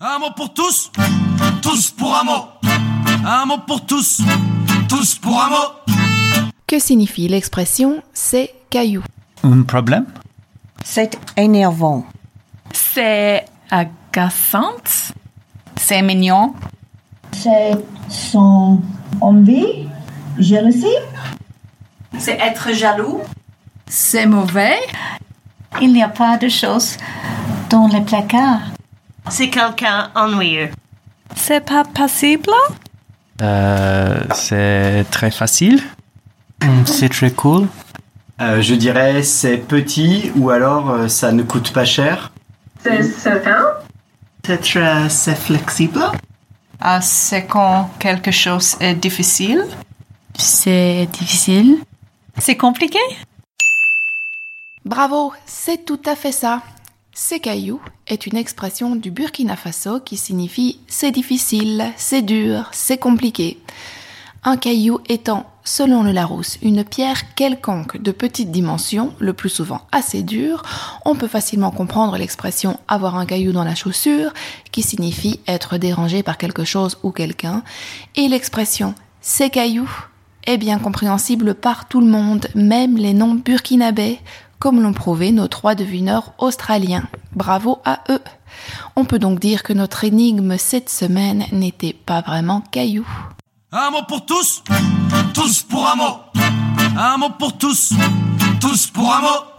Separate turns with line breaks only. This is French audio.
Un mot pour tous, tous pour un mot. Un mot pour tous, tous pour un mot.
Que signifie l'expression c'est caillou
Un problème
C'est énervant.
C'est agaçante. C'est mignon.
C'est son envie, jalousie,
C'est être jaloux.
C'est mauvais.
Il n'y a pas de choses dans les placards.
C'est quelqu'un ennuyeux.
C'est pas possible.
Euh, C'est très facile.
Mm, C'est très cool.
Euh, je dirais c'est petit ou alors euh, ça ne coûte pas cher.
c'est certain,
C'est très c'est flexible.
Ah, c'est quand quelque chose est difficile.
C'est difficile.
C'est compliqué.
Bravo, c'est tout à fait ça. C'est caillou est une expression du Burkina Faso qui signifie c'est difficile, c'est dur, c'est compliqué. Un caillou étant, selon le Larousse, une pierre quelconque de petite dimension, le plus souvent assez dure, on peut facilement comprendre l'expression avoir un caillou dans la chaussure, qui signifie être dérangé par quelque chose ou quelqu'un, et l'expression c'est caillou est bien compréhensible par tout le monde, même les non-burkinabés, comme l'ont prouvé nos trois devineurs australiens. Bravo à eux. On peut donc dire que notre énigme cette semaine n'était pas vraiment caillou.
Un mot pour tous, tous pour un mot. Un mot pour tous, tous pour un mot.